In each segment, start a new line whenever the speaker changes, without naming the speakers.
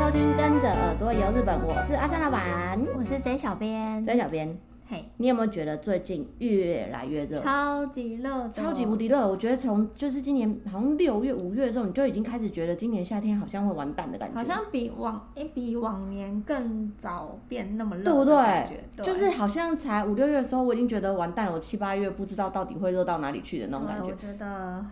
着耳朵游日本，我是阿三老板，
我是 J 小编，
张小编。
嘿，
你有没有觉得最近越来越热，
超级热的，
超级无敌热？我觉得从就是今年好像六月、五月的时候，你就已经开始觉得今年夏天好像会完蛋的感觉，
好像比往诶、比往年更早变那么热，
对不对
感觉对，
就是好像才五六月的时候，我已经觉得完蛋了，我七八月不知道到底会热到哪里去的那种感
对
觉
我。觉得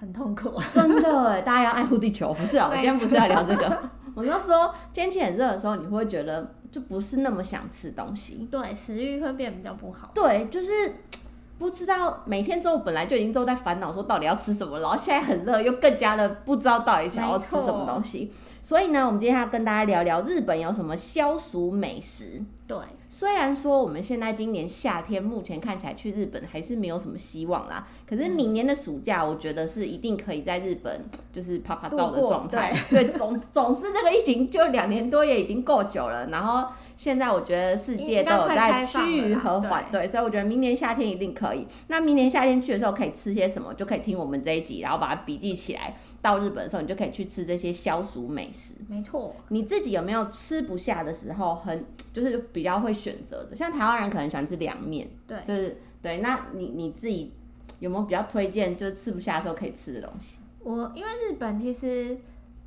很痛苦。
真的哎，大家要爱护地球，不 是啊？我今天不是要聊这个， 我是要说天气很热的时候，你会觉得就不是那么想吃东西。
对，食欲会变比较不好。
对，就是不知道每天中午本来就已经都在烦恼说到底要吃什么，然后现在很热，又更加的不知道到底想要吃什么东西。所以呢，我们今天要跟大家聊聊日本有什么消暑美食。
对，
虽然说我们现在今年夏天目前看起来去日本还是没有什么希望啦，可是明年的暑假我觉得是一定可以在日本就是啪啪照的
度过
状态。 对，总总之这个疫情就两年多也已经够久了，然后现在我觉得世界都有在趋于和缓，对，所以我觉得明年夏天一定可以。那明年夏天去的时候可以吃些什么，就可以听我们这一集，然后把它笔记起来。到日本的时候，你就可以去吃这些消暑美食。
没错。
你自己有没有吃不下的时候很，就是比较会选择的？像台湾人可能喜欢吃凉面，
对，
就是对。那你你自己有没有比较推荐，就是吃不下的时候可以吃的东西？
我因为日本其实，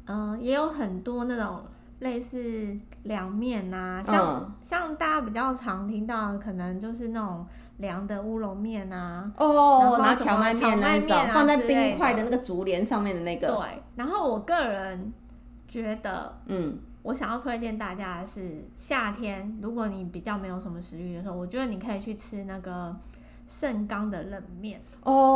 嗯、也有很多那种类似凉面啊，像、
嗯
像大家比较常听到，的，可能就是那种凉的乌龙面啊，
哦，
然后
然后
什么
荞麦面那一种
荞麦面，啊
放在
之类
冰
的
块的那个竹帘上面的那个，
对，然后我个人觉得，
嗯，
我想要推荐大家的是夏天，如果你比较没有什么食欲的时候，我觉得你可以去吃那个盛冈的冷面。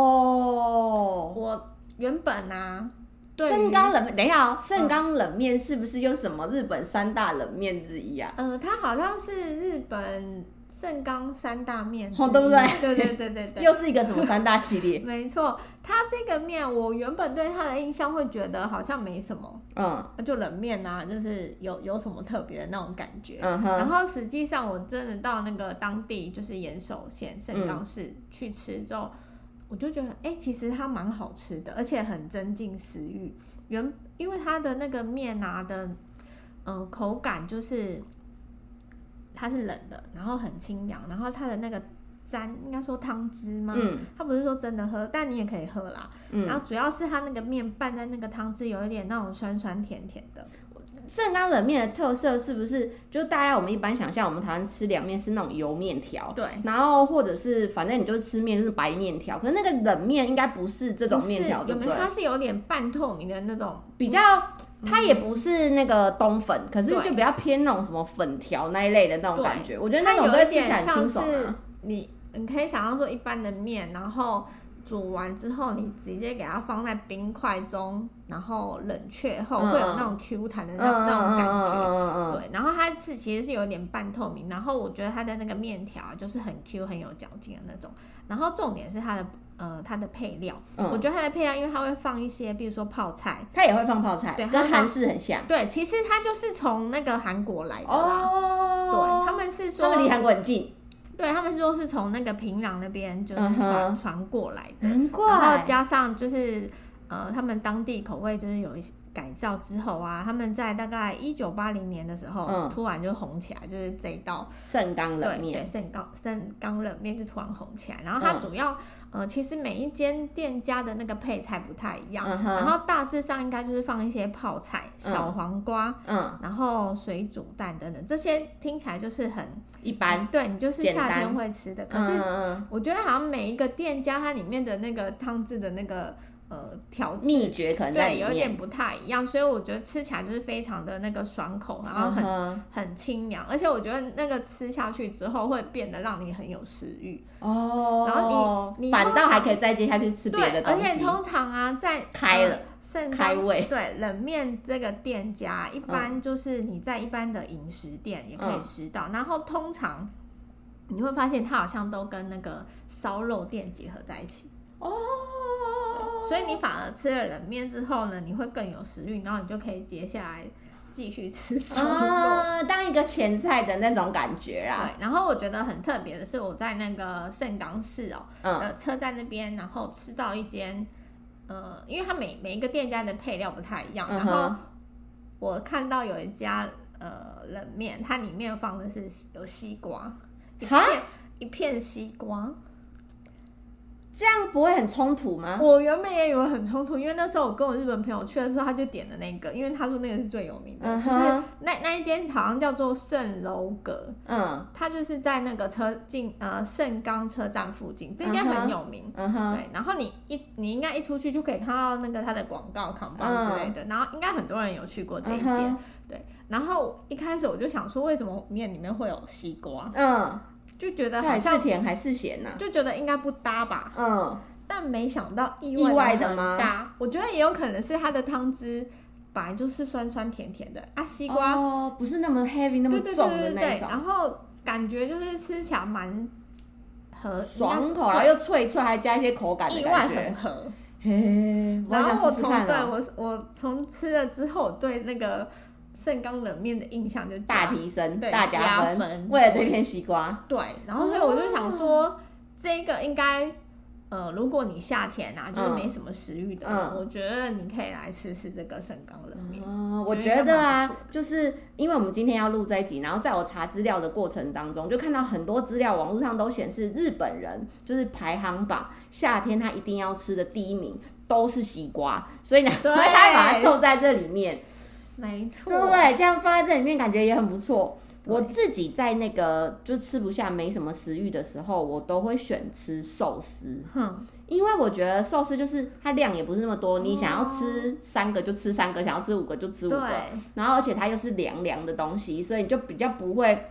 哦。
我原本啊，对于嗯
盛冈冷面，等一下哦，盛冈冷面是不是又什么日本三大冷面之一啊？
呃，它好像是日本盛冈三大面之一，
哦对不对？
对对对对 对。
又是一个什么三大系列？
没错，它这个面我原本对它的印象会觉得好像没什么，
嗯
就冷面啊，就是有有什么特别的那种感觉。
嗯哼，
然后实际上我真的到那个当地，就是岩手县
嗯
盛冈市去吃之后，我就觉得，哎、其实它蛮好吃的，而且很增进食欲。原因为它的那个面啊的，嗯、口感就是它是冷的，然后很清凉，然后它的那个沾应该说汤汁吗？
嗯
它不是说真的喝，但你也可以喝啦。
嗯
然。后主要是它那个面拌在那个汤汁，有一点那种酸酸甜甜的。
盛冈冷面的特色是不是就大家我们一般想象，我们台湾吃凉面是那种油面条，
对，
然后或者是反正你就吃面就是白面条，可是那个冷面应该不是这种面条，
不是
对
有
不
没有？
对？
它是有点半透明的那种，
比较它也不是那个冬粉，可是就
对
比较偏那种什么粉条那一类的那种
对
感觉，我觉得
它
那种都会
有一
吃起来
点
很
像
清爽
是
啊。
你，你可以想象说一般的面，然后煮完之后，你直接给它放在冰块中，然后冷却后、
嗯
会有
嗯
那种 Q 弹的
嗯
那种、那种感觉。
嗯
对，然后它是其实是有点半透明，然后我觉得它的那个面条就是很 Q 很有嚼劲的那种，然后重点是它的呃它的配料，
嗯
我觉得它的配料，因为它会放一些，比如说泡菜，
它也会放泡菜，
对它
跟
放
韩式很像。
对，其实它就是从那个韩国来的啦，
哦
对，他们是说
他们离韩国很近，
对他们说是从那个平壤那边就是
嗯
传
哼嗯
传、过来的，
难
然后加上就是呃他们当地口味就是有一些改造之后啊，他们在大概一九八零年的时候、
嗯
突然就红起来，就是这一道
盛冈冷
对
面
对，盛冈盛冈冷面就突然红起来，然后它
嗯
主要、呃其实每一间店家的那个配菜不太一样，
嗯哼
然后大致上应该就是放一些泡菜、
嗯
小黄瓜，
嗯，
然后水煮蛋等等，这些听起来就是很
一般。
嗯对你就是
简
夏
单
天会吃的，可
嗯
是
嗯
我觉得好像每一个店家它里面的那个汤汁的那个呃调
嗯
制，
秘诀可能在
对，
里
有
面，
点不太一样，所以我觉得吃起来就是非常的那个爽口，然后
嗯
很、
哼
很清凉，而且我觉得那个吃下去之后会变得让你很有食欲。
哦，
然后你你
反
通
倒还
常
可以再接下去吃别
对，
的东
而
西，
且通常啊，在
开了
呃盛冈
开胃
对冷面这个店家，一般就是你在一般的饮食店也可以
嗯
吃到，然后通常。你会发现它好像都跟那个烧肉店结合在一起，
哦，
所以你反而吃了冷面之后呢，你会更有食欲，然后你就可以接下来继续吃烧肉。
啊，当一个前菜的那种感觉啊啦，
对，然后我觉得很特别的是，我在那个盛冈市哦、
嗯
呃车站那边，然后吃到一间，呃，因为它每每一个店家的配料不太一样，
嗯
然后
哼，
我看到有一家。呃冷面，它里面放的是有西瓜，一
嗯哈啊
片一片西瓜。
这样不会很冲突吗？
我原本也以为很冲突，因为那时候我跟我日本朋友去的时候，他就点的那个，因为他说那个是最有名的，
嗯
就
哼
是那那一间好像叫做圣楼阁，
嗯
它就是在那个车进呃盛冈车站附近，这间
嗯哼
很有名。
嗯哼，
对，然后你一你应该一出去就可以看到那个它的广告、扛棒之类的，然后应该很多人有去过这一间。
嗯
对，然后一开始我就想说，为什么面里面会有西瓜？
嗯，
就觉得
到
好
底
像
是甜还是咸呢？
就觉得应该不搭吧，
嗯，
但没想到意
意外的
的
吗
搭，我觉得也有可能是它的汤汁本来就是酸酸甜甜的啊，西瓜、
哦，不是那么 heavy 那么
对对对
重的
对
那
对，
一种，
然后感觉就是吃起来蛮合
爽口，
应
然
该
后又脆脆，还加一些口感
是
的
意外
感觉
很。合。
嘿，我
然
想
后我
试试
从
看
对
哦，
我我从吃了之后，我对那个盛冈冷面的印象就
大
加
提升，
对
大
加
加分。
分
为了这哦片西瓜，
对，然后所以我就想说，这个应该，呃，如果你夏天啊，就是没什么食欲的人，
嗯
我觉得你可以来吃吃这个盛冈冷面。
哦，我
嗯觉
觉
得
得
蛮
啊，就是因为我们今天要录这一集，然后在我查资料的过程当中，就看到很多资料，网络上都显示日本人就是排行榜夏天他一定要吃的第一名都是西瓜，所以呢，
对
他才把它凑在这里面，
没错，
对不对？这样放在这里面感觉也很不错。
对
我自己在那个就吃不下、没什么食欲的时候，我都会选吃寿司。
哼，
因为我觉得寿司就是它量也不是那么多，你想要吃三个就吃三个，想要吃五个就吃五个，
对，
然后而且它又是凉凉的东西，所以你就比较不会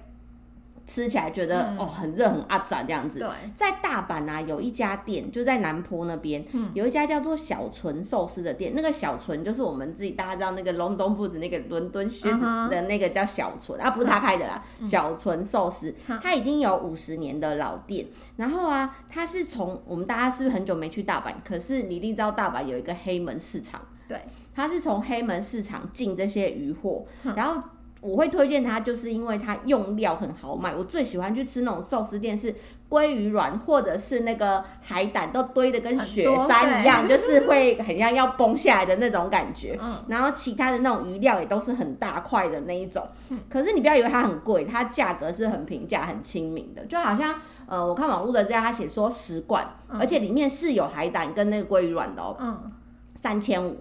吃起来觉得、
嗯
哦很热很阿展这样子。
对，
在大阪啊，有一家店就在南坡那边，
嗯
有一家叫做小纯寿司的店。那个小纯就是我们自己大家知道那个隆冬铺子那个伦敦靴
嗯
子
哼
的那个叫小纯、啊，不是他开的啦，小纯寿司，
嗯
它已经有五十年的老店。然后啊，它是从我们大家是不是很久没去大阪？可是你一定知道大阪有一个黑门市场。
对，
它是从黑门市场进这些鱼货，然后。我会推荐它，就是因为它用料很好买。我最喜欢去吃那种寿司店，是鲑鱼卵或者是那个海胆都堆的跟
很
雪
多
山
对
一样，就是会很像要崩下来的那种感觉。
嗯，
然后其他的那种鱼料也都是很大块的那一种。
嗯
可是你不要以为它很贵，它价格是很平价、很亲民的，就好像呃，我看网络的这样，它写说十罐，
嗯
而且里面是有海胆跟那个鲑鱼卵的哦，
嗯，
三千五。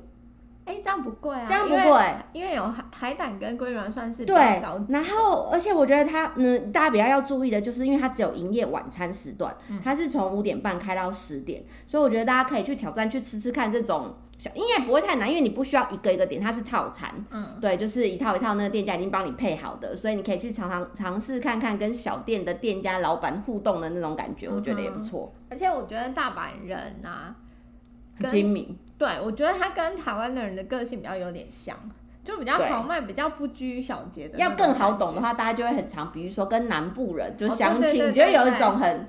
哎，这样不贵啊，
这样不
因为
贵，
因为有海海胆跟龟卵算是比
对
较高级，，
然后而且我觉得它，嗯，大家比较要注意的就是，因为它只有营业晚餐时段，
嗯
它是从五点半开到十点，所以我觉得大家可以去挑战去吃吃看这种小，应该也不会太难，因为你不需要一个一个点，它是套餐，
嗯，
对，就是一套一套，那个店家已经帮你配好的，所以你可以去尝尝尝试看看跟小店的店家老板互动的那种感觉，
嗯
我觉得也不错，
而且我觉得大阪人啊，
很
跟
亲民，
对我觉得他跟台湾的人的个性比较有点像，就比较
对
豪迈，比较不拘小节的那
要
种感觉，
更好懂的话，大家就会很常，比如说跟南部人就
哦
相
对对
亲，
对
你觉得
对
有一
对
种很。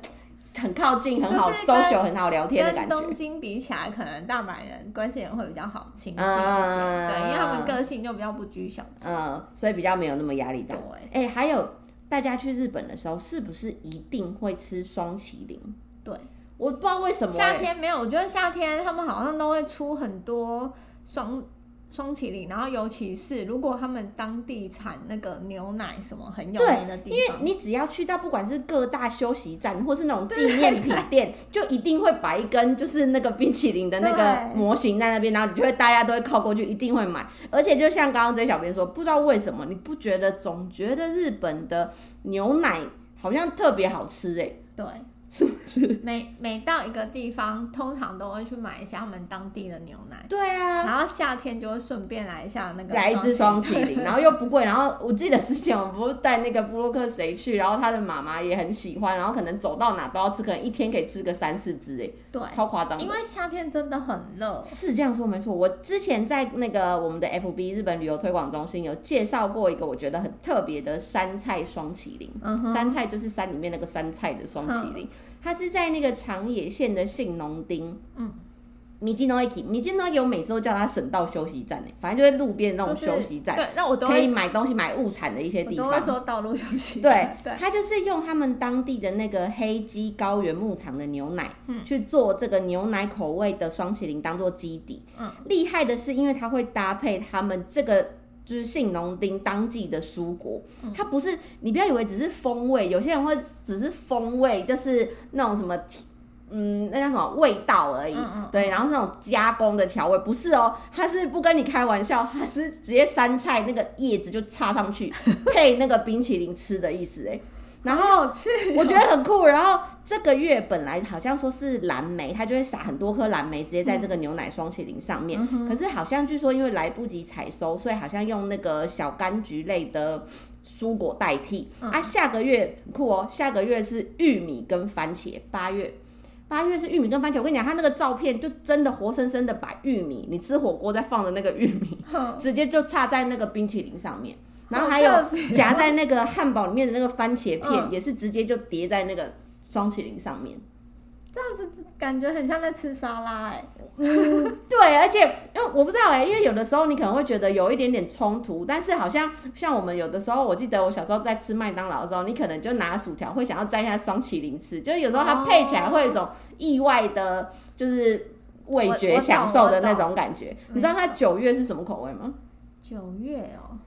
很靠近，很好
就是跟
social，很好聊天的
跟
感觉。
东京比起来，可能大阪人关系也会比较好亲近一点，
嗯
对，因为他们个性就比较不拘小节。
嗯，所以比较没有那么压力大
对。，
哎、还有大家去日本的时候，是不是一定会吃双麒麟？
对，
我不知道为什么、
夏
欸，
天没有，我觉得夏天他们好像都会出很多双双麒麟，然后尤其是如果他们当地产那个牛奶什么很有名的
因
地
为
方，
你只要去到不管是各大休息站或是那种纪念品店，就一定会摆一根就是那个冰淇淋的那个
对
模型在那边，然后你就会大家都会靠过去，一定会买。而且就像刚刚这些小编说，不知道为什么你不觉得总觉得日本的牛奶好像特别好吃哎、
对，
是不是？
每每到一个地方，通常都会去买一下他们当地的牛奶，
对啊，
然后夏天就会顺便来一下那个
来一只双
双
麒 麟，然后又不贵。然后我记得之前我们不是带那个布洛克谁去，然后他的妈妈也很喜欢，然后可能走到哪都要吃，可能一天可以吃个三四只，
麟，
哎，超夸张的
对，因。为夏天真的很热，
是这样说没错，我之前在那个我们的 FB 日本旅游推广中心有介绍过一个我觉得很特别的山菜双麒麟，
嗯哼，
山菜就是山里面那个山菜的双麒麟，它是在那个长野县的信浓町，
嗯。
米津诺伊米津诺伊，我每次都叫它省道休息站诶，反正就是路边那种
就是
休息站，
对，那我都
可以
会
买东西、买物产的一些
我
地
都会
方。
说道路休息
对
站，对，
它就是用他们当地的那个黑鸡高原牧场的牛奶，
嗯
去做这个牛奶口味的双麒麟当做基底。
嗯
厉害的是，因为它会搭配他们这个就是杏农丁当季的蔬果，
嗯
它不是你不要以为只是风味，有些人会只是风味，就是那种什么提。嗯，那叫什么味道而已，
嗯嗯
对，然后是那种加工的调味，不是哦，它是不跟你开玩笑，它是直接山菜那个叶子就插上去，配那个冰淇淋吃的意思哎，然后
后去
我觉得很酷。然后这个月本来好像说是蓝莓，它就会撒很多颗蓝莓，直接在这个牛奶双淇淋上面。可是好像据说因为来不及采收，所以好像用那个小柑橘类的蔬果代替。啊，下个月很酷哦，下个月是玉米跟番茄，八月。八月是玉米跟番茄，我跟你讲，它那个照片就真的活生生的把玉米，你吃火锅在放的那个玉米，
哦
直接就插在那个冰淇淋上面，然后还有
嗯好特
夹在那个汉堡里面的那个番茄片，
嗯
也是直接就叠在那个双淇淋上面。
这样子感觉很像在吃沙拉哎、
对，而且因为我不知道哎、因为有的时候你可能会觉得有一点点冲突，但是好像像我们有的时候，我记得我小时候在吃麦当劳的时候，你可能就拿薯条会想要沾一下双淇淋吃，就是有时候它配起来会有一种意外的，就是味
哦我我
觉
懂
享受的那
我懂嗯
种感觉。你知道它九月是什么口味吗？
九月哦、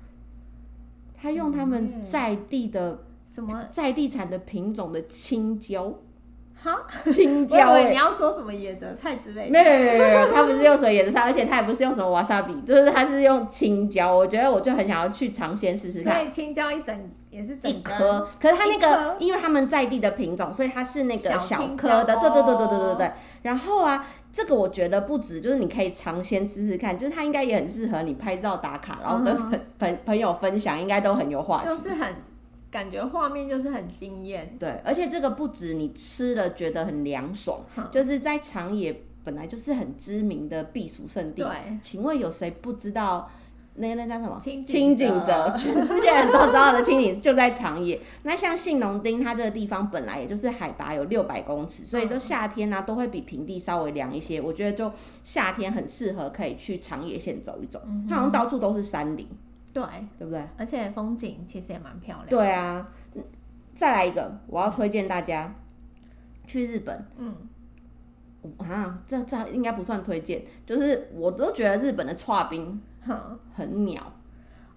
它用他
嗯
们在地的
什么
在地产的品种的青 椒，
哈？
青
我以
椒、
为
欸
你，要说什么野择菜之类的。
没有没有没有没有，他不是用什么椰子菜，而且他也不是用什么瓦萨比，就是他是用青椒。我觉得我就很想要去尝鲜试试
所
看。
以青椒一整也是整
一
根
颗，可是它那
一
个
颗，
因为他们在地的品种，所以它是那个
小
小
青
颗的，
椒
对对对对
哦
对对对。然后啊，这个我觉得不止，就是你可以尝鲜试试看，就是它应该也很适合你拍照打卡，然后跟
嗯哼
朋朋朋友分享，应该都很有话题。
就是很感觉画面就是很惊艳，
对，而且这个不止你吃了觉得很凉爽，
哼
就是在长野本来就是很知名的避暑胜地。
对，
请问有谁不知道那个那叫什么？
清
清
景
景泽， 全世界人都知道的清景就在长野。那像信浓町，它这个地方本来也就是海拔有六百公尺，所以
嗯
就夏天呢、都会比平地稍微凉一些。我觉得就夏天很适合可以去长野县走一走，
嗯
它好像到处都是山林，
对，
对不对？
而且风景其实也蛮漂亮。
对啊，嗯再来一个，我要推荐大家去日本。
嗯，
我啊，这这应该不算推荐，就是我都觉得日本的刨冰
哼，
很鸟。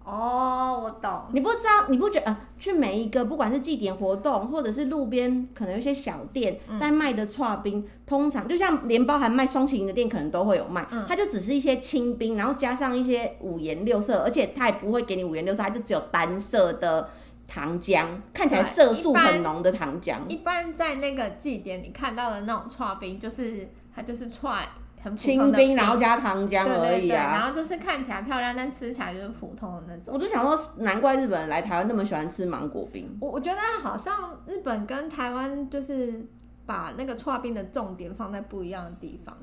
哦，我懂，
你不知道，你不觉得、呃、去每一个不管是祭典活动，或者是路边可能有一些小店
嗯
在卖的刨冰，通常就像连包含卖双麒麟的店，可能都会有卖。
嗯
它就只是一些清冰，然后加上一些五颜六色，而且它也不会给你五颜六色，它就只有单色的糖浆，看起来
对
色
一
素
般
很浓的糖浆。
一般在那个祭典你看到的那种串冰，就是它就是串很普
清
通的
冰，然后加糖浆
对
而
对
已
对，
啊。
然后就是看起来漂亮，但吃起来就是普通的那种。
我就想说，难怪日本人来台湾那么喜欢吃芒果冰。
我我觉得好像日本跟台湾就是把那个串冰的重点放在不一样的地方，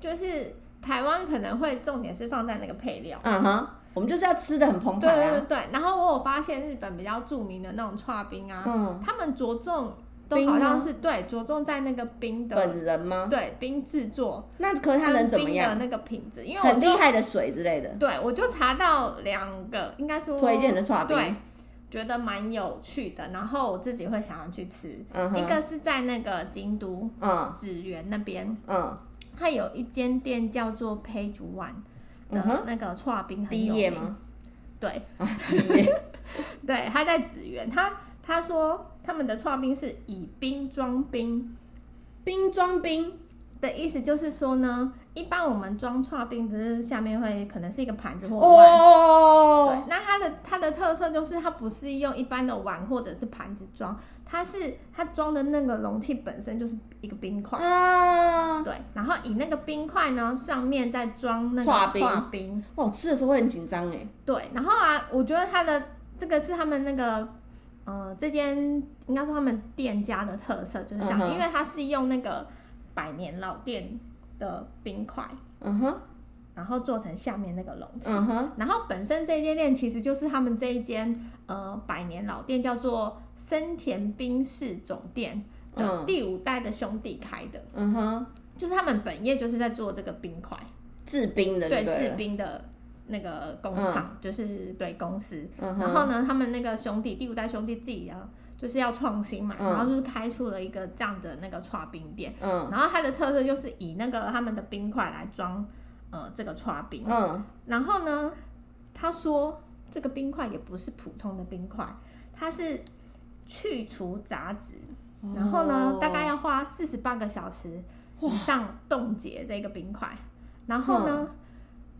就是台湾可能会重点是放在那个配料。
嗯哼，我们就是要吃的很澎
对
湃
对
啊。
对对，然后我有发现日本比较著名的那种串冰啊，
嗯，
他们着重都
冰吗
好像是对着重在那个冰的
本人吗？
对冰制作，
那可是他能怎么样？
跟冰的那个品啊质，因为我
很厉
就
害的水之类的，
对我就查到两个，应该说
推荐的串
对
冰。，
觉得蛮有趣的，然后我自己会想要去吃。
嗯
一
哼，
个是在那个京都
嗯
紫园那边，
嗯，
它有一间店叫做 Page One
嗯哼
的那个串冰很
第一
有
页
名。
吗？
对
啊，第一页。
对，他在紫园，他他说他们的串冰是以冰装冰，
冰装冰，
的意思就是说呢，一般我们装串冰不是下面会可能是一个盘子或碗。
哦
对，，那它的它的特色就是它不是用一般的碗或者是盘子装，它是它装的那个容器本身就是一个冰块，
啊，
对，然后以那个冰块呢上面再装那
串
个
冰
串冰，
哇，我吃的时候会很紧张哎。
对，然后啊，我觉得它的这个是他们那个呃这间应该说他们店家的特色就是这样，
嗯哼
因为它是用那个百年老店的冰块，
嗯哼，
然后做成下面那个容器。
嗯哼，
然后本身这一间店其实就是他们这一间呃百年老店，叫做森田冰室总店的
嗯
第五代的兄弟开的，
嗯哼，
就是他们本业就是在做这个冰块，
制冰的就
对
了
制，冰的那个工厂，就是对公司。
嗯
然
哼，
后呢，他们那个兄弟第五代兄弟自己啊，就是要创新嘛，
嗯
然后就是开出了一个这样的那个串冰店，
嗯
然后它的特色就是以那个他们的冰块来装呃这个串冰。
嗯
然后呢，他说这个冰块也不是普通的冰块，它是去除杂质，然后呢，
哦
大概要花四十八个小时以上冻结这个冰块，然后呢。
嗯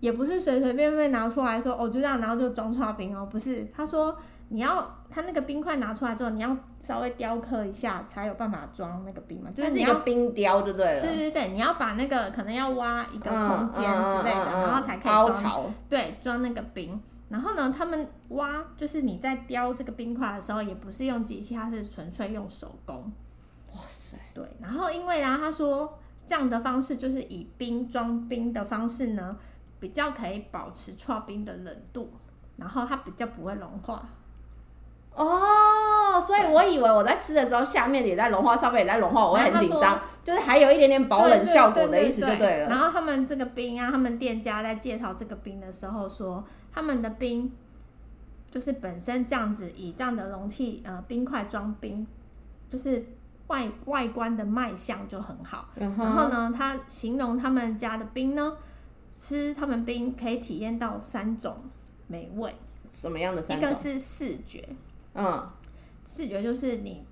也不是随随便便拿出来说哦，就这样，然后就装串冰哦，不是。他说你要他那个冰块拿出来之后，你要稍微雕刻一下，才有办法装那个冰嘛，就
它
是
是
你
一
要
个冰雕就对了，
对对对，你要把那个可能要挖
嗯，
一个空间之类的，
嗯嗯嗯
然后才可以
高
装
潮，
对，装那个冰。然后呢，他们挖就是你在雕这个冰块的时候，也不是用机器，它是纯粹用手工。
哇塞，
对，然后因为呢，他说这样的方式就是以冰装冰的方式呢，比较可以保持刨冰的冷度，然后它比较不会融化。
哦，所以我以为我在吃的时候，下面也在融化，上面也在融化，我会很紧
然
张，就是还有一点点保冷效果的
对对对
意思就
对
对了。
然后他们这个冰啊，他们店家在介绍这个冰的时候说，他们的冰就是本身这样子以这样的容器呃冰块装冰，就是外外观的卖相就很好。
然
然后呢，他形容他们家的冰呢，吃他们冰可以体验到三种美味，
什么样的
一
三
个
种？
是视觉，
嗯
视觉就是你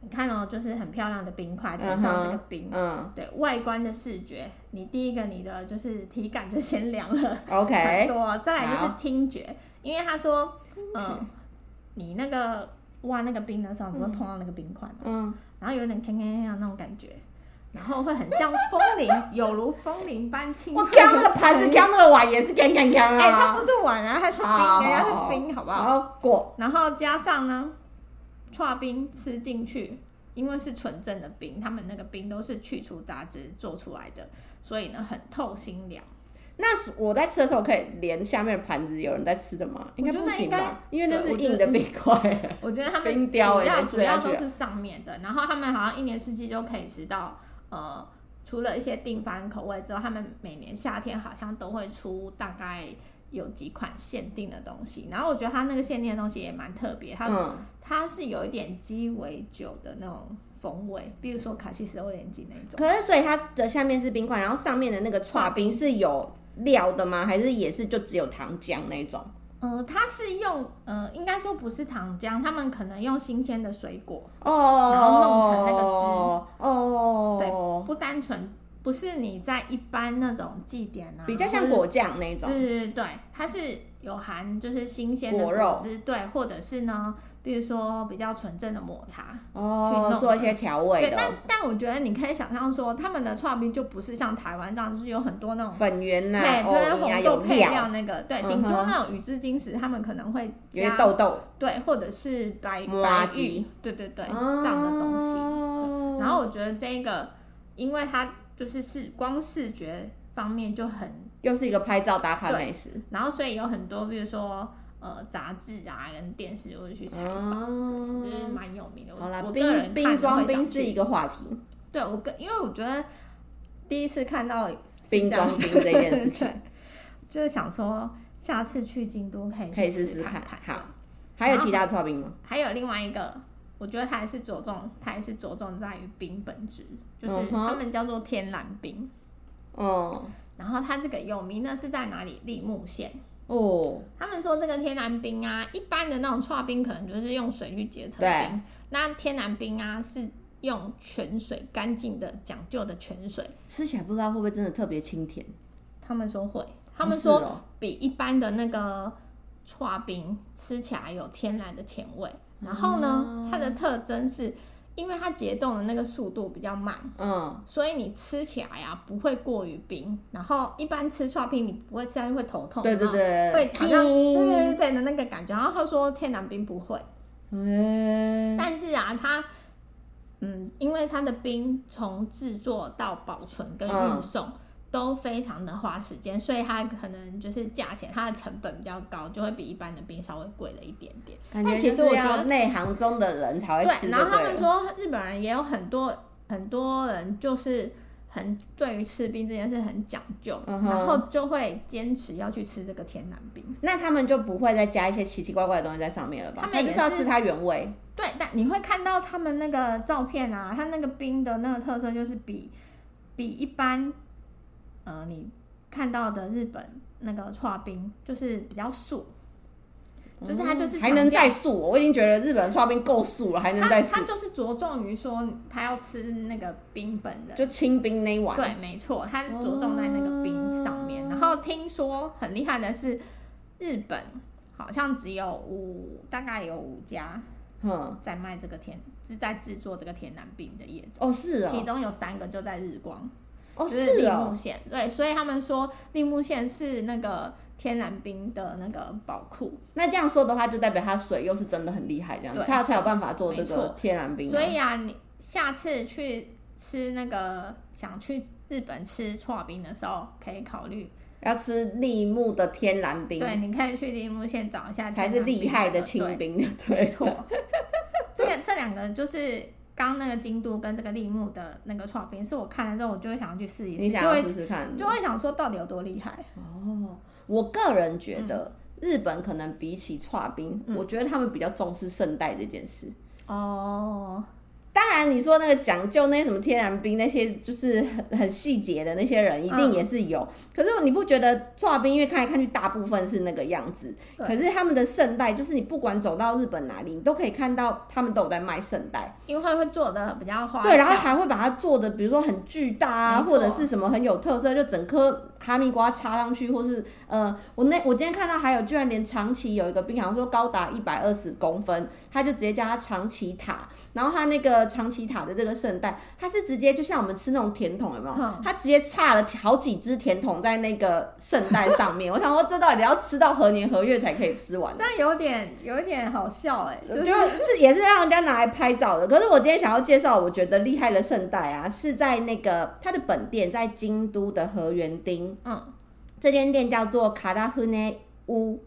你看哦，就是很漂亮的冰块，呈上这个冰。
嗯
对外观的视觉，你第一个你的就是体感就先凉了很
，OK，
多，再来就是
好
听觉，因为他说，嗯，你那个挖那个冰的时候，你会碰到那个冰块嘛，
嗯，
然后有点铿铿锵锵那种感觉，然后会很像风铃，有如风铃般轻
我
快。
刚那个盘子，，刚那个碗也是刚刚刚
哎，它
啊
不，是碗啊，它是冰，人家是冰，好不好？
好过，
然后加上呢，串冰吃进去，因为是纯正的冰，他们那个冰都是去除杂质做出来的，所以呢很透心凉。
那我在吃的时候可以连下面盘子有人在吃的吗？应该不行
我觉得应
吧，因为那
对
是
我觉得
硬的冰块。
我觉得他
冰
们主
雕欸
要
吃
主
下
要
去
都是上面的，然后他们好像一年四季就可以吃到呃。除了一些定番口味之后，他们每年夏天好像都会出大概有几款限定的东西。然后我觉得它那个限定的东西也蛮特别，它
嗯，
它是有一点鸡尾酒的那种风味，比如说卡西斯欧莲鸡那一种。
可是所以它的下面是冰块，然后上面的那个刨冰是有料的吗？还是也是就只有糖浆那种？
呃，它是用呃，应该说不是糖浆，他们可能用新鲜的水果，
哦，
然后弄成那个汁
哦，
不单纯不是你在一般那种祭典啊，
比较像
或者
果酱那
是。
种，
对对对对，它是有含就是新鲜的
果肉
汁，对，或者是呢，比如说比较纯正的抹茶。去
哦
弄，嗯
做一些调味
对，但
的
但我觉得你可以想象说，他们的串冰就不是像台湾这样，就是有很多那种
粉圆呐，
对，就是
哦，你还
红
有
豆配
料，
料那个，对，
嗯
顶多
哼
那种羽之金石，他们可能会
有些
加
豆豆
对，或者是白
磨
白玉
叽，
对对对，
哦
这样的东西。然后我觉得这个，因为它就是视光视觉方面就很，
又是一个拍照打卡美食，
然后所以有很多，比如说呃杂志啊跟电视，我就去采访，
哦
就是蛮有名的。我
啊好啦，
我个
冰
人
冰
看了
装
会想
冰是
去
一个话题，
对我跟，因为我觉得第一次看到是
冰
这样
装冰这件事情
对就是想说下次去京都可以
可以
去
试
试
试看
看。
好，还有其他的刨冰吗？
还有另外一个，我觉得它还是着重，它还是着重在于冰本质，就是
嗯哼
他们叫做天然冰。
哦
然后它这个有名的是在哪里？立木县。
哦，
他们说这个天然冰啊，一般的那种刨冰可能就是用水去结成
对
冰，那天然冰啊是用泉水，干净的讲究的泉水。
吃起来不知道会不会真的特别清甜？
他们说会，他
哦
们
是
说
哦
比一般的那个刨冰吃起来有天然的甜味。
哦
然后呢，它的特征是因为它解冻的那个速度比较慢，
嗯，
所以你吃起来呀、不会过于冰。然后一般吃刨冰你不会吃下去会头痛，
对对对，
然后会好
叮
像对对对对的那个感觉。然后他说天然冰不会，
嗯
但是啊，它嗯，因为它的冰从制作到保存跟运送。
嗯
都非常的花时间，所以它可能就是价钱，它的成本比较高，就会比一般的冰稍微贵了一点点。
感
但
觉
其
就
实
是
我觉
要
得
内行中的人才会吃
对，
就
然后他们
了
说日本人也有很多很多人就是很对于吃冰这件事很讲究，
嗯哼
然后就会坚持要去吃这个天然冰。
那他们就不会再加一些奇奇怪怪的东西在上面了吧？
他们也
就是是要吃它原味，
对，但你会看到他们那个照片啊，它那个冰的那个特色就是比比一般，呃，你看到的日本那个刨冰，就是比较素，就是它就是
嗯还能
强调
再素，我已经觉得日本的刨冰够素了，还能
它
再素
它，就是着重于说他要吃那个冰本人，
就清冰那一碗。
对，没错，它是着重在那个冰上面。然后听说很厉害的是，日本好像只有五，大概有五家
嗯，
在卖这个甜，是在制作这个甜南饼的业者，
哦是
其
哦，
中有三个就在日光，
哦
就是
是
立
哦
木，县。对，所以他们说立木县是那个天然冰的那个宝库。
那这样说的话，就代表它水又是真的很厉害，这样子
对
才有才有办法做这
没
个
错
天然冰嘛。
所以啊，你下次去吃那个想去日本吃串冰的时候，可以考虑
要吃立木的天然冰，
对，你可以去立木县找一下，
才是厉害的清
对，
冰，对
没，错。这个 这两个就是刚那个京都跟这个立木的那个串冰，是我看了之后，我就会想要去试一
你
试，
想
就
要
会
试试看？
就会想说到底有多厉害。
哦，我个人
嗯
觉得日本可能比起刨冰，我觉得他们比较重视圣代这件事。
哦，
当然，你说那个讲究那些什么天然冰那些，就是很很细节的那些人，一
嗯
定也是有。可是你不觉得刨冰，因为看来看去大部分是那个样子，
对
可是他们的圣代，就是你不管走到日本哪里，你都可以看到他们都有在卖圣代。
因为会做的比较花
对，然后
俏
还会把它做的，比如说很巨大啊，
没
或者
错
是什么很有特色，就整颗哈密瓜插上去，或是呃，我那我今天看到还有，居然连长崎有一个冰，好像说高达一百二十公分，它就直接叫它长崎塔。然后它那个长崎塔的这个圣诞，它是直接就像我们吃那种甜筒有没有
嗯？
它直接插了好几只甜筒在那个圣诞上面。我想说，这到底要吃到何年何月才可以吃完？
这样有点有一点好笑哎、
就
就是
是也是让人家拿来拍照的。可是我今天想要介绍，我觉得厉害的圣代啊，是在那个它的本店在京都的河原町，
嗯
这间店叫做卡拉夫内屋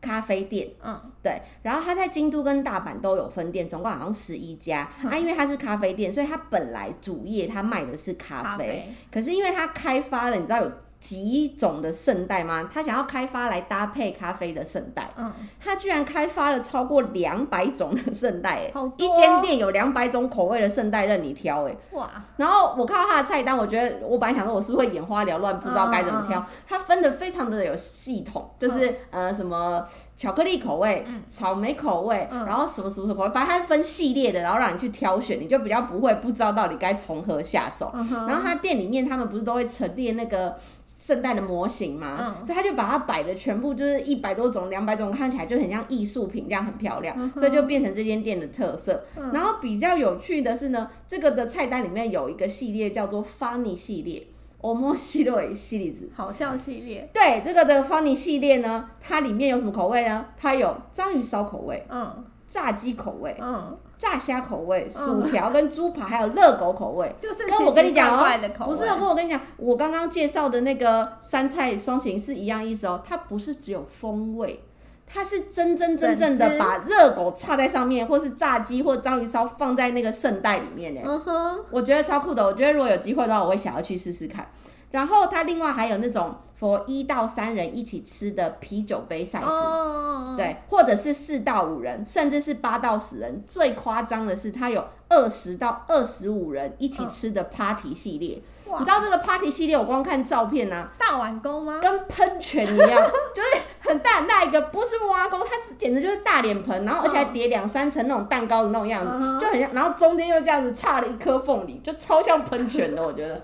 咖啡店。
嗯
对，然后它在京都跟大阪都有分店，总共好像十一家。啊，因为它是咖啡店，所以它本来主业它卖的是咖
咖
啡，
啡
可是因为它开发了，你知道有几种的圣代吗？它想要开发来搭配咖啡的圣代。
嗯
他居然开发了超过两百种的圣代、欸，
好多
一间店有两百种口味的圣代任你挑、欸，
哇
然后我看到他的菜单，我觉得我本来想说我是不是会眼花缭乱，不知道该怎么
嗯
挑。它分的非常的有系统，就是、呃什么巧克力口味、
嗯
草莓口味，
嗯
然后什么什么什么口味，反正它分系列的，然后让你去挑选，你就比较不会不知道到底该从何下手。
嗯哼
然后他店里面他们不是都会陈列那个。圣诞的模型嘛，
嗯
所以他就把它摆的全部就是一百多种、两百种，看起来就很像艺术品，这样很漂亮，
嗯哼嗯
所以就变成这间店的特色。然后比较有趣的是呢，这个的菜单里面有一个系列叫做 Funny 系列，我摸西洛系列子。
好笑系列
对这个的 Funny 系列呢，它里面有什么口味呢？它有章鱼烧口味、
嗯
炸鸡口味、
嗯
炸虾口味、
嗯
薯条跟猪扒，还有热狗口味。
就是
跟我跟你讲
奇
哦
奇怪怪的口
不
味
是哦，跟我跟你讲，我刚刚介绍的那个三菜双擎是一样意思哦，它不是只有风味，它是真真正正
整
的
只
把热狗插在上面，或是炸鸡或章鱼烧放在那个圣代里面呢。欸
嗯哼
我觉得超酷的，我觉得如果有机会的话，我会想要去试试看。然后它另外还有那种 for 一到三人一起吃的啤酒杯赛事。
哦，
对，或者是四到五人，甚至是八到十人。最夸张的是，它有二十到二十五人一起吃的 party 系列。
哇
你知道这个 party 系列，我光看照片啊，
大碗公吗？
跟喷泉一 样，就是很大很大一个，不是挖工，它是简直就是大脸盆，然后而且还叠两三层那种蛋糕的那种样子，
嗯嗯哼
就很像，然后中间又这样子插了一颗凤梨，就超像喷泉的，我觉得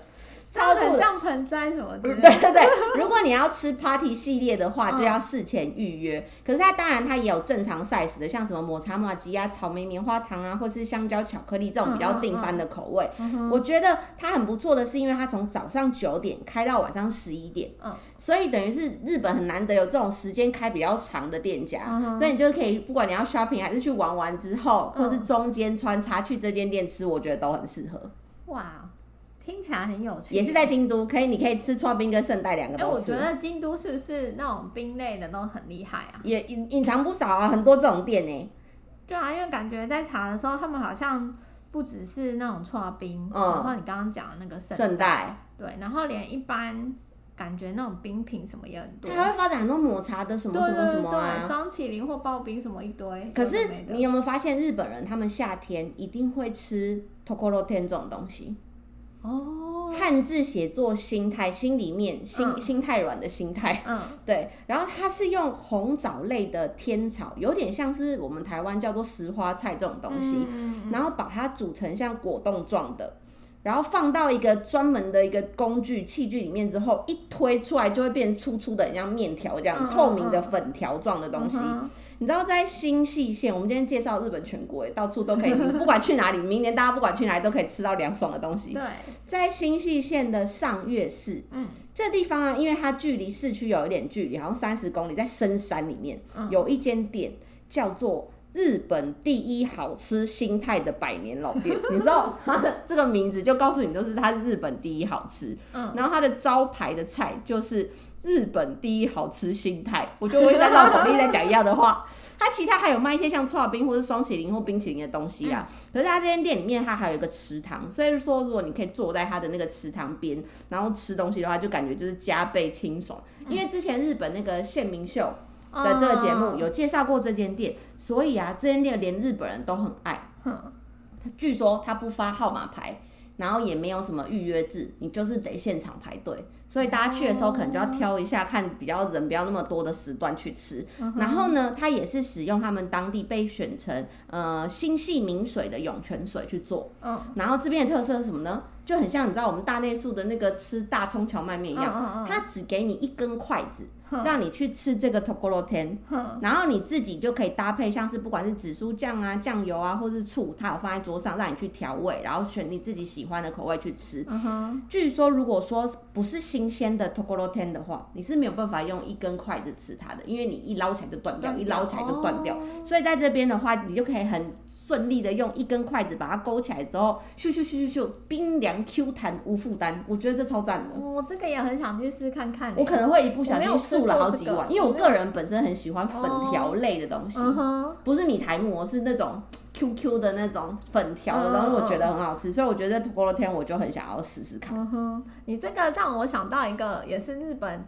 超
超
酷
很
的。
像盆栽什么之
对
类的。
对对，如果你要吃 party 系列的话，
嗯
就要事前预约。可是它当然它也有正常 size 的，像什么抹茶玛吉啊、草莓棉花糖啊，或是香蕉巧克力这种比较定番的口味。
嗯
我觉得它很不错的是，因为它从早上九点开到晚上十一点，
嗯
所以等于是日本很难得有这种时间开比较长的店家，
嗯哼
所以你就可以不管你要 shopping 还是去玩完之后，
嗯
或是中间穿插去这间店吃，我觉得都很适合。
哇，听起来很有趣。
也是在京都，可以你可以吃串冰跟圣代两个
哎、
都
我
吃。
觉得京都是不是那种冰类的都很厉害啊？
也隐隐藏不少啊，很多这种店呢、
对啊，因为感觉在查的时候，他们好像不只是那种搓冰，
嗯
然后你刚刚讲的那个圣
圣代，
对，然后连一般感觉那种冰品什么也很多，
它还会发展很多抹茶啊的什么什么什么
对对对，
啊。
双麒麟或刨冰什么一堆。
可是
有的没的
你有没有发现，日本人他们夏天一定会吃 tokoro ten 这种东西？
哦，
汉字写作心态，心里面心、
嗯
心太软的心态，
嗯，
对，然后它是用红藻类的天草，有点像是我们台湾叫做石花菜这种 东西，
嗯，
然后把它煮成像果冻状的，然后放到一个专门的一个工具器具里面之后，一推出来就会变粗粗的，很像面条这样、
嗯嗯
透明的
嗯
粉条状的东西。
嗯
你知道在新细线，我们今天介绍日本全国，到处都可以，你不管去哪里，明年大家不管去哪里都可以吃到凉爽的东
哼
西。
对，
在新细线的上月市，
嗯，
这地方啊，因为它距离市区有一点距离，好像三十公里，在深山里面、
嗯
有一间店叫做。日本第一好吃心态的百年老 店，你知道它的这个名字就告诉你，就是它是日本第一好吃。
嗯，
然后它的招牌的菜就是日本第一好吃心态，我就会在绕口令在讲一样的话。它其他还有卖一些像刨冰或是双淇淋或冰淇淋的东西啊。可是它这间店里面它还有一个池塘，所以说如果你可以坐在它的那个池塘边，然后吃东西的话，就感觉就是加倍清爽。因为之前日本那个县民秀的这个节
哦嗯
目有介绍过这间店，所以啊，这间店连日本人都很爱。
嗯，
据说他不发号码牌，然后也没有什么预约制，你就是得现场排队。所以大家去的时候可能就要挑一下，看比较人不要那么多的时段去吃。然后呢，它也是使用他们当地被选成呃新系名水的涌泉水去做。
嗯，
然后这边的特色是什么呢？就很像你知道我们大内宿的那个吃大葱荞麦面一样，
嗯嗯
它只给你一根筷子，
嗯
让你去吃这个 tokoro ten。
嗯，
然后你自己就可以搭配，像是不管是紫苏酱啊、酱油啊，或是醋，它有放在桌上让你去调味，然后选你自己喜欢的口味去吃。
嗯哼，
据说如果说不是新鲜的 tokoro ten 的话，你是没有办法用一根筷子吃它的，因为你一捞起来就断掉，一捞起来就断掉。
哦
所以在这边的话，你就可以很顺利的用一根筷子把它勾起来之后，咻咻咻咻咻，冰凉 Q 弹无负担，我觉得这超赞的。
嗯我这个也很想去试看看耶。
我可能会一不小
我没
心
有吃
素了
过
好
这
几
个
碗，因为我
我没哦
个人本身很喜欢粉条类的东西，
嗯哼，
不是米苔木，我是那种 QQ 的那种粉条的，然后
嗯嗯
我觉得很好吃，所以我觉得 t o k o r o t e n 我就很想要试试看。
嗯哼，你这个让我想到一个，也是日本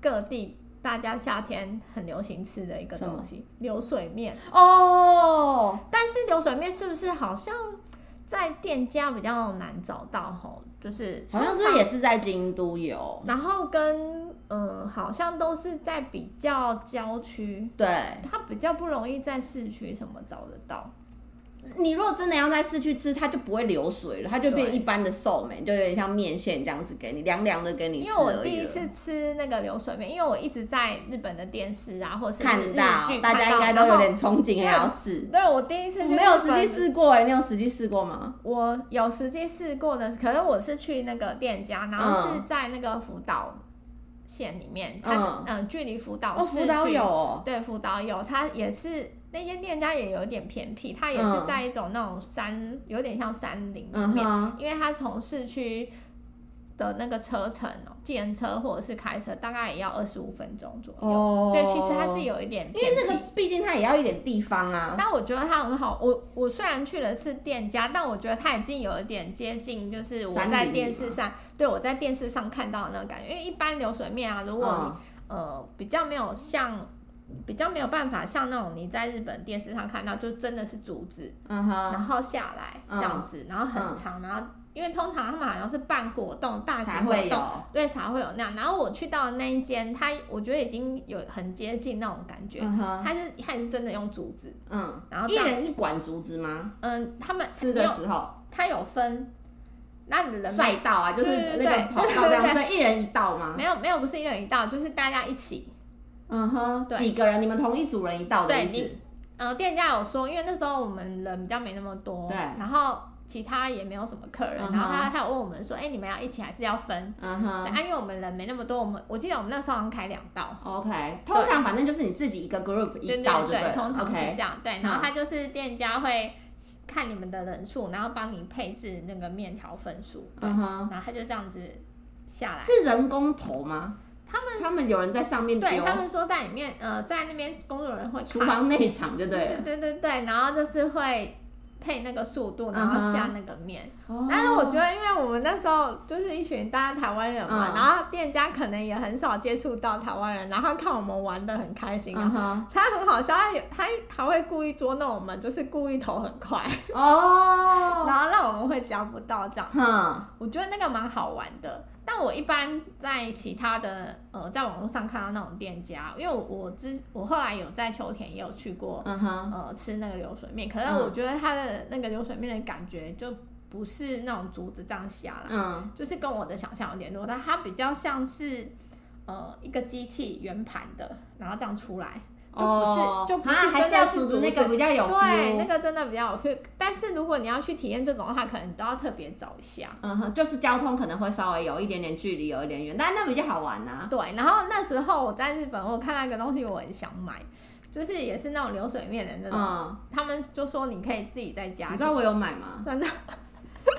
各地大家夏天很流行吃的一个
什么
东西——流水面。
哦，
但是流水面是不是好像在店家比较难找到？吼，就是
好像是不
通
是
常
也是在京都有，
然后跟嗯，好像都是在比较郊区，
对。
它比较不容易在市区什么找得到。
你如果真的要在市区吃，它就不会流水了，它就变
对
一般的寿眉，就有点像面线这样子给你凉凉的给你吃
因为
而已啊
我
了。
第一次吃那个流水面，因为我一直在日本的电视啊，或是
看
日
到，
剧
大家
看
应
到
该都有。点
然
憧憬，也
对
要试。
后对，我第一次
我
去
没有
日
实
本
际，试过哎、你有实际试过吗？
我有实际试过的，可是我是去那个店家，然后是
嗯
在那个福岛县里面，它嗯、距离福岛
哦，
市
福岛
区
有哦，
对福岛有，它也是那间店家也有点偏僻，它也是
嗯
在一种那种山，有点像山林里
嗯
面，
哼，
因为它从市区的那个车程哦，计程车或者是开车，大概也要二十五分钟左右。
哦，
对，其实它是，有一点
因为
偏僻，
那个毕竟它也要一点地方啊，
但我觉得它很好。我我虽然去了是店家，但我觉得它已经有一点接近，就是我
山
在
林
电
里
视
嘛
上，对我在电视上看到的那个感觉。因为一般流水面啊，如果你
嗯
呃比较没有像比较没有办法像那种你在日本电视上看到，就真的是竹子，
嗯哼，
然后下来这样子，然后很
嗯
长，然后因为通常他们好像是办活动、大型
才
活
会
动，
有，
对才会有那样。然后我去到的那一间，它我觉得已经有很接近那种感觉，
嗯哼，
它是它也是真的用竹子，
嗯，
然后这
一
样
人一管竹子吗？
嗯，他们
吃
因
的
为
时候
它有分，那你的人没
赛道啊，就是
对对
那
对
个跑道这样，
对对
所以一人一道吗？
没有没有不是一人一道，就是大家一起。
嗯哼，
对
几个人？你们同一组人一道的
对
意思？
呃，店家有说，因为那时候我们人比较没那么多，
对
然后其他也没有什么客人，
嗯哼
然后他他有问我们说，哎、你们要一起还是要分？
嗯
对
哼。
啊，因为我们人没那么多，我们我记得我们那时候好像开两道，
OK，通常反正就是你自己一个 group
对
一
对
道就
对，
了
通常是这
OK，嗯
样，对，然后他就是店家会看你们的人数，然后帮你配置那个面条份数，对，
嗯哼，
然后他就这样子下来。
是人工投吗？他们他们有人在上面
对
丢，
他们说，在里面，呃，在那边工作人员会
厨
看
房内场就对
对
了。
对对对，然后就是会配那个速
嗯
度，然后下那个面。
哦
但是我觉得，因为我们那时候就是一群大家台湾人嘛，
嗯
然后店家可能也很少接触到台湾人，然后看我们玩的很开心啊，
嗯哼，
他很好笑，他也他还会故意捉弄我们，就是故意投很快，然
哦，
后让我们会夹不到这样。
哼，
我觉得那个蛮好玩的。但我一般在其他的呃，在网络上看到那种店家，因为我我之我后来有在秋田也有去过，
嗯哼，
呃，吃那个流水面，可是
嗯
我觉得它的那个流水面的感觉就不是那种竹子这样下来，
嗯，
就是跟我的想象有点落差，它比较像是呃一个机器圆盘的，然后这样出来，就不是、
哦
就不
啊
是
还
真
是要
的是
竹
竹
子那个比较有
对，那
feel，
个真的比较有 feel。但是如果你要去体验这种的话，可能你都要特别找一下。
嗯哼，就是交通可能会稍微有一点点距离，有一点远，但那比较好玩啊呐。
对，然后那时候我在日本，我看到一个东西，我很想买，就是也是那种流水面的那种，
嗯，
他们就说你可以自己在家
你知道我有买吗？
真的，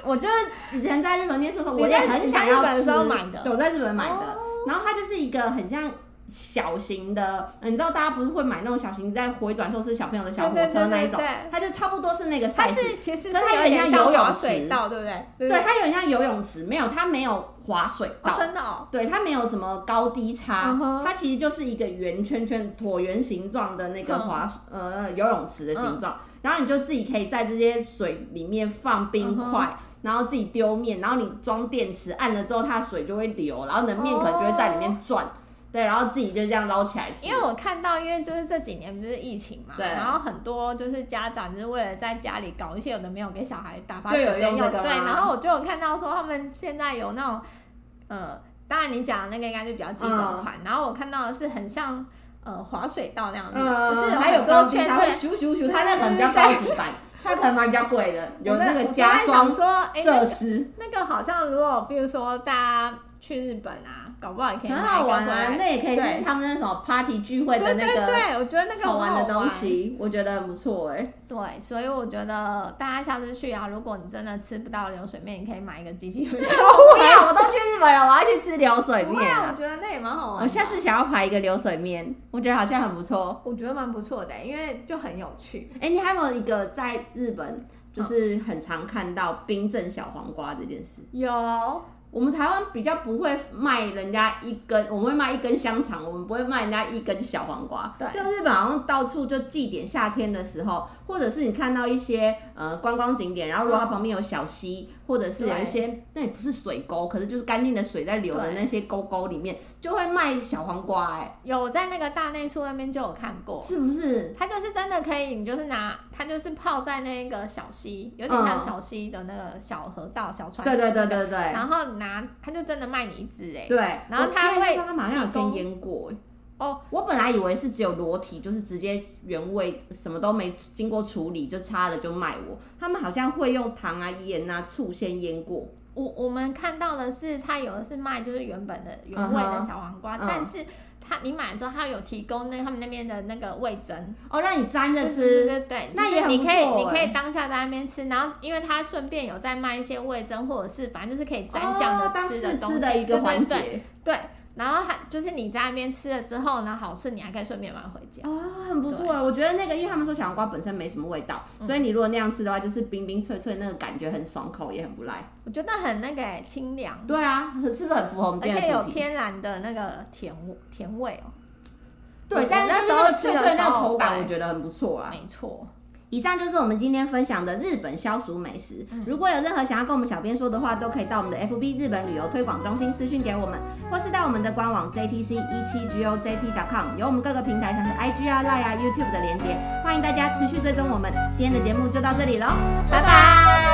我就是以前在日本念书的时候，
你
我也
在
很
你
想
在
要
日本的
吃
时候买的哦
对我在日本买的。然后它就是一个很像小型的，呃你知道大家不是会买那种小型在回转寿司小朋友的小火
对对
车那一
对
种
对，
它就差不多是那个
它
size
是其实
但它
是
有
有
点
点
像游
像
泳
滑水
池
道，对不对？对不
对，它有点像游泳池，没有它没有滑水
哦
道，
真的哦，
对，它没有什么高低差
嗯哼
它其实就是一个圆圈圈椭圆形状的那个
嗯
滑、呃游泳池的形状，然后你就自己可以在这些水里面放冰
嗯
块。然后自己丢面，然后你装电池，按了之后它水就会流，然后你的面可能就会在里面转对，然后自己就这样捞起来吃。
哦因为我看到，因为就是这几年不是疫情嘛，
对
然后很多就是家长就是为了在家里搞一些有的没有给小孩打发
就
时
有
间
用这个
对，
吗
然后我就有看到说他们现在有那种，呃，当然你讲的那个应该是比较基本
嗯
款，然后我看到的是很像呃滑水道那样子，不是
嗯还有
很
高
多
级，
圈
它会
对。
咻咻咻，它那个比较高级版，它可能蛮比较贵的，有
我在
那个
我在
加装
想说，哎、
设施。
那个好像如果比如说大家去日本啊，搞不好也可以
很
买一
好
个
玩
回
啊，
来
那也可以
对
是他们那什么 party 聚会的
对
那
对
个
对，我觉得那个
好玩
玩
的东西，我觉得很不错 哎、
对，所以我觉得大家下次去啊，如果你真的吃不到流水面，你可以买一个机器人。
不要，我都去日本了，我要去吃流水
不会
面
啊我
了。
觉得那也蛮好玩的。
我下次想要排一个流水面，我觉得好像很不错。
我觉得蛮不错的，因为就很有趣。
哎、你还有没有一个在日本就是很常看到冰镇小黄瓜这件事？
有，
我们台湾比较不会卖人家一根，我们会卖一根香肠，我们不会卖人家一根小黄瓜。
对
就日本好像到处就祭典，夏天的时候，或者是你看到一些呃观光景点，然后如果它旁边有小溪，或者是有一些呃那也不是水沟，可是就是干净的水在流的
对
那些沟沟里面，就会卖小黄瓜、哎，
有在那个大内宿那边就有看过，
是不是？
它就是真的可以，你就是拿它就是泡在那个小溪，有点像
嗯
小溪的那个小河道、小船。
对对对。对对
然后拿，它就真的卖你一只哎。
对。
然后
我
它
记得那
会
时候它马上有
提
先
供
腌过、哎
哦，
我本来以为是只有裸体，就是直接原味，什么都没经过处理就擦了就卖我。他们好像会用糖啊、盐啊、醋先腌过，
我我们看到的是，它有的是卖就是原本的原味的
嗯哼
小黄瓜，
嗯
但是它你买了之后，它有提供那他们那边的那个味噌，
哦，让你沾着
对
吃。
对对，
那
就是
也很
你可以
不错
你可以
欸
当下在那边吃，然后因为它顺便有在卖一些味噌，或者是反正就是可以沾酱
哦
的
当
吃的
试
东西，
吃的一个环节
对对对对然后还就是你在那边吃了之后呢，好吃你还可以顺便买回家。
哦，很不错哎。我觉得那个，因为他们说小黄瓜本身没什么味道，
嗯
所以你如果那样吃的话，就是冰冰脆脆，那个感觉很爽口，也很不赖。
我觉得很那个欸清凉，
对啊，很是不是很符合我们
而
今
且
天的
有
主题？
天然的那个甜味甜味哦、
对，但是
我
但是
那时候
那个
吃
脆
的
脆
时
那个
候
口感，
对
我觉得很不错啊。
没错。
以上就是我们今天分享的日本消暑美食。如果有任何想要跟我们小编说的话，都可以到我们的 FB 日本旅游推广中心私讯给我们，或是到我们的官网 JTC 一七 GOJP.com，有我们各个平台像是 IG 啊、Line 啊、YouTube 的连接，欢迎大家持续追踪我们。今天的节目就到这里喽，拜拜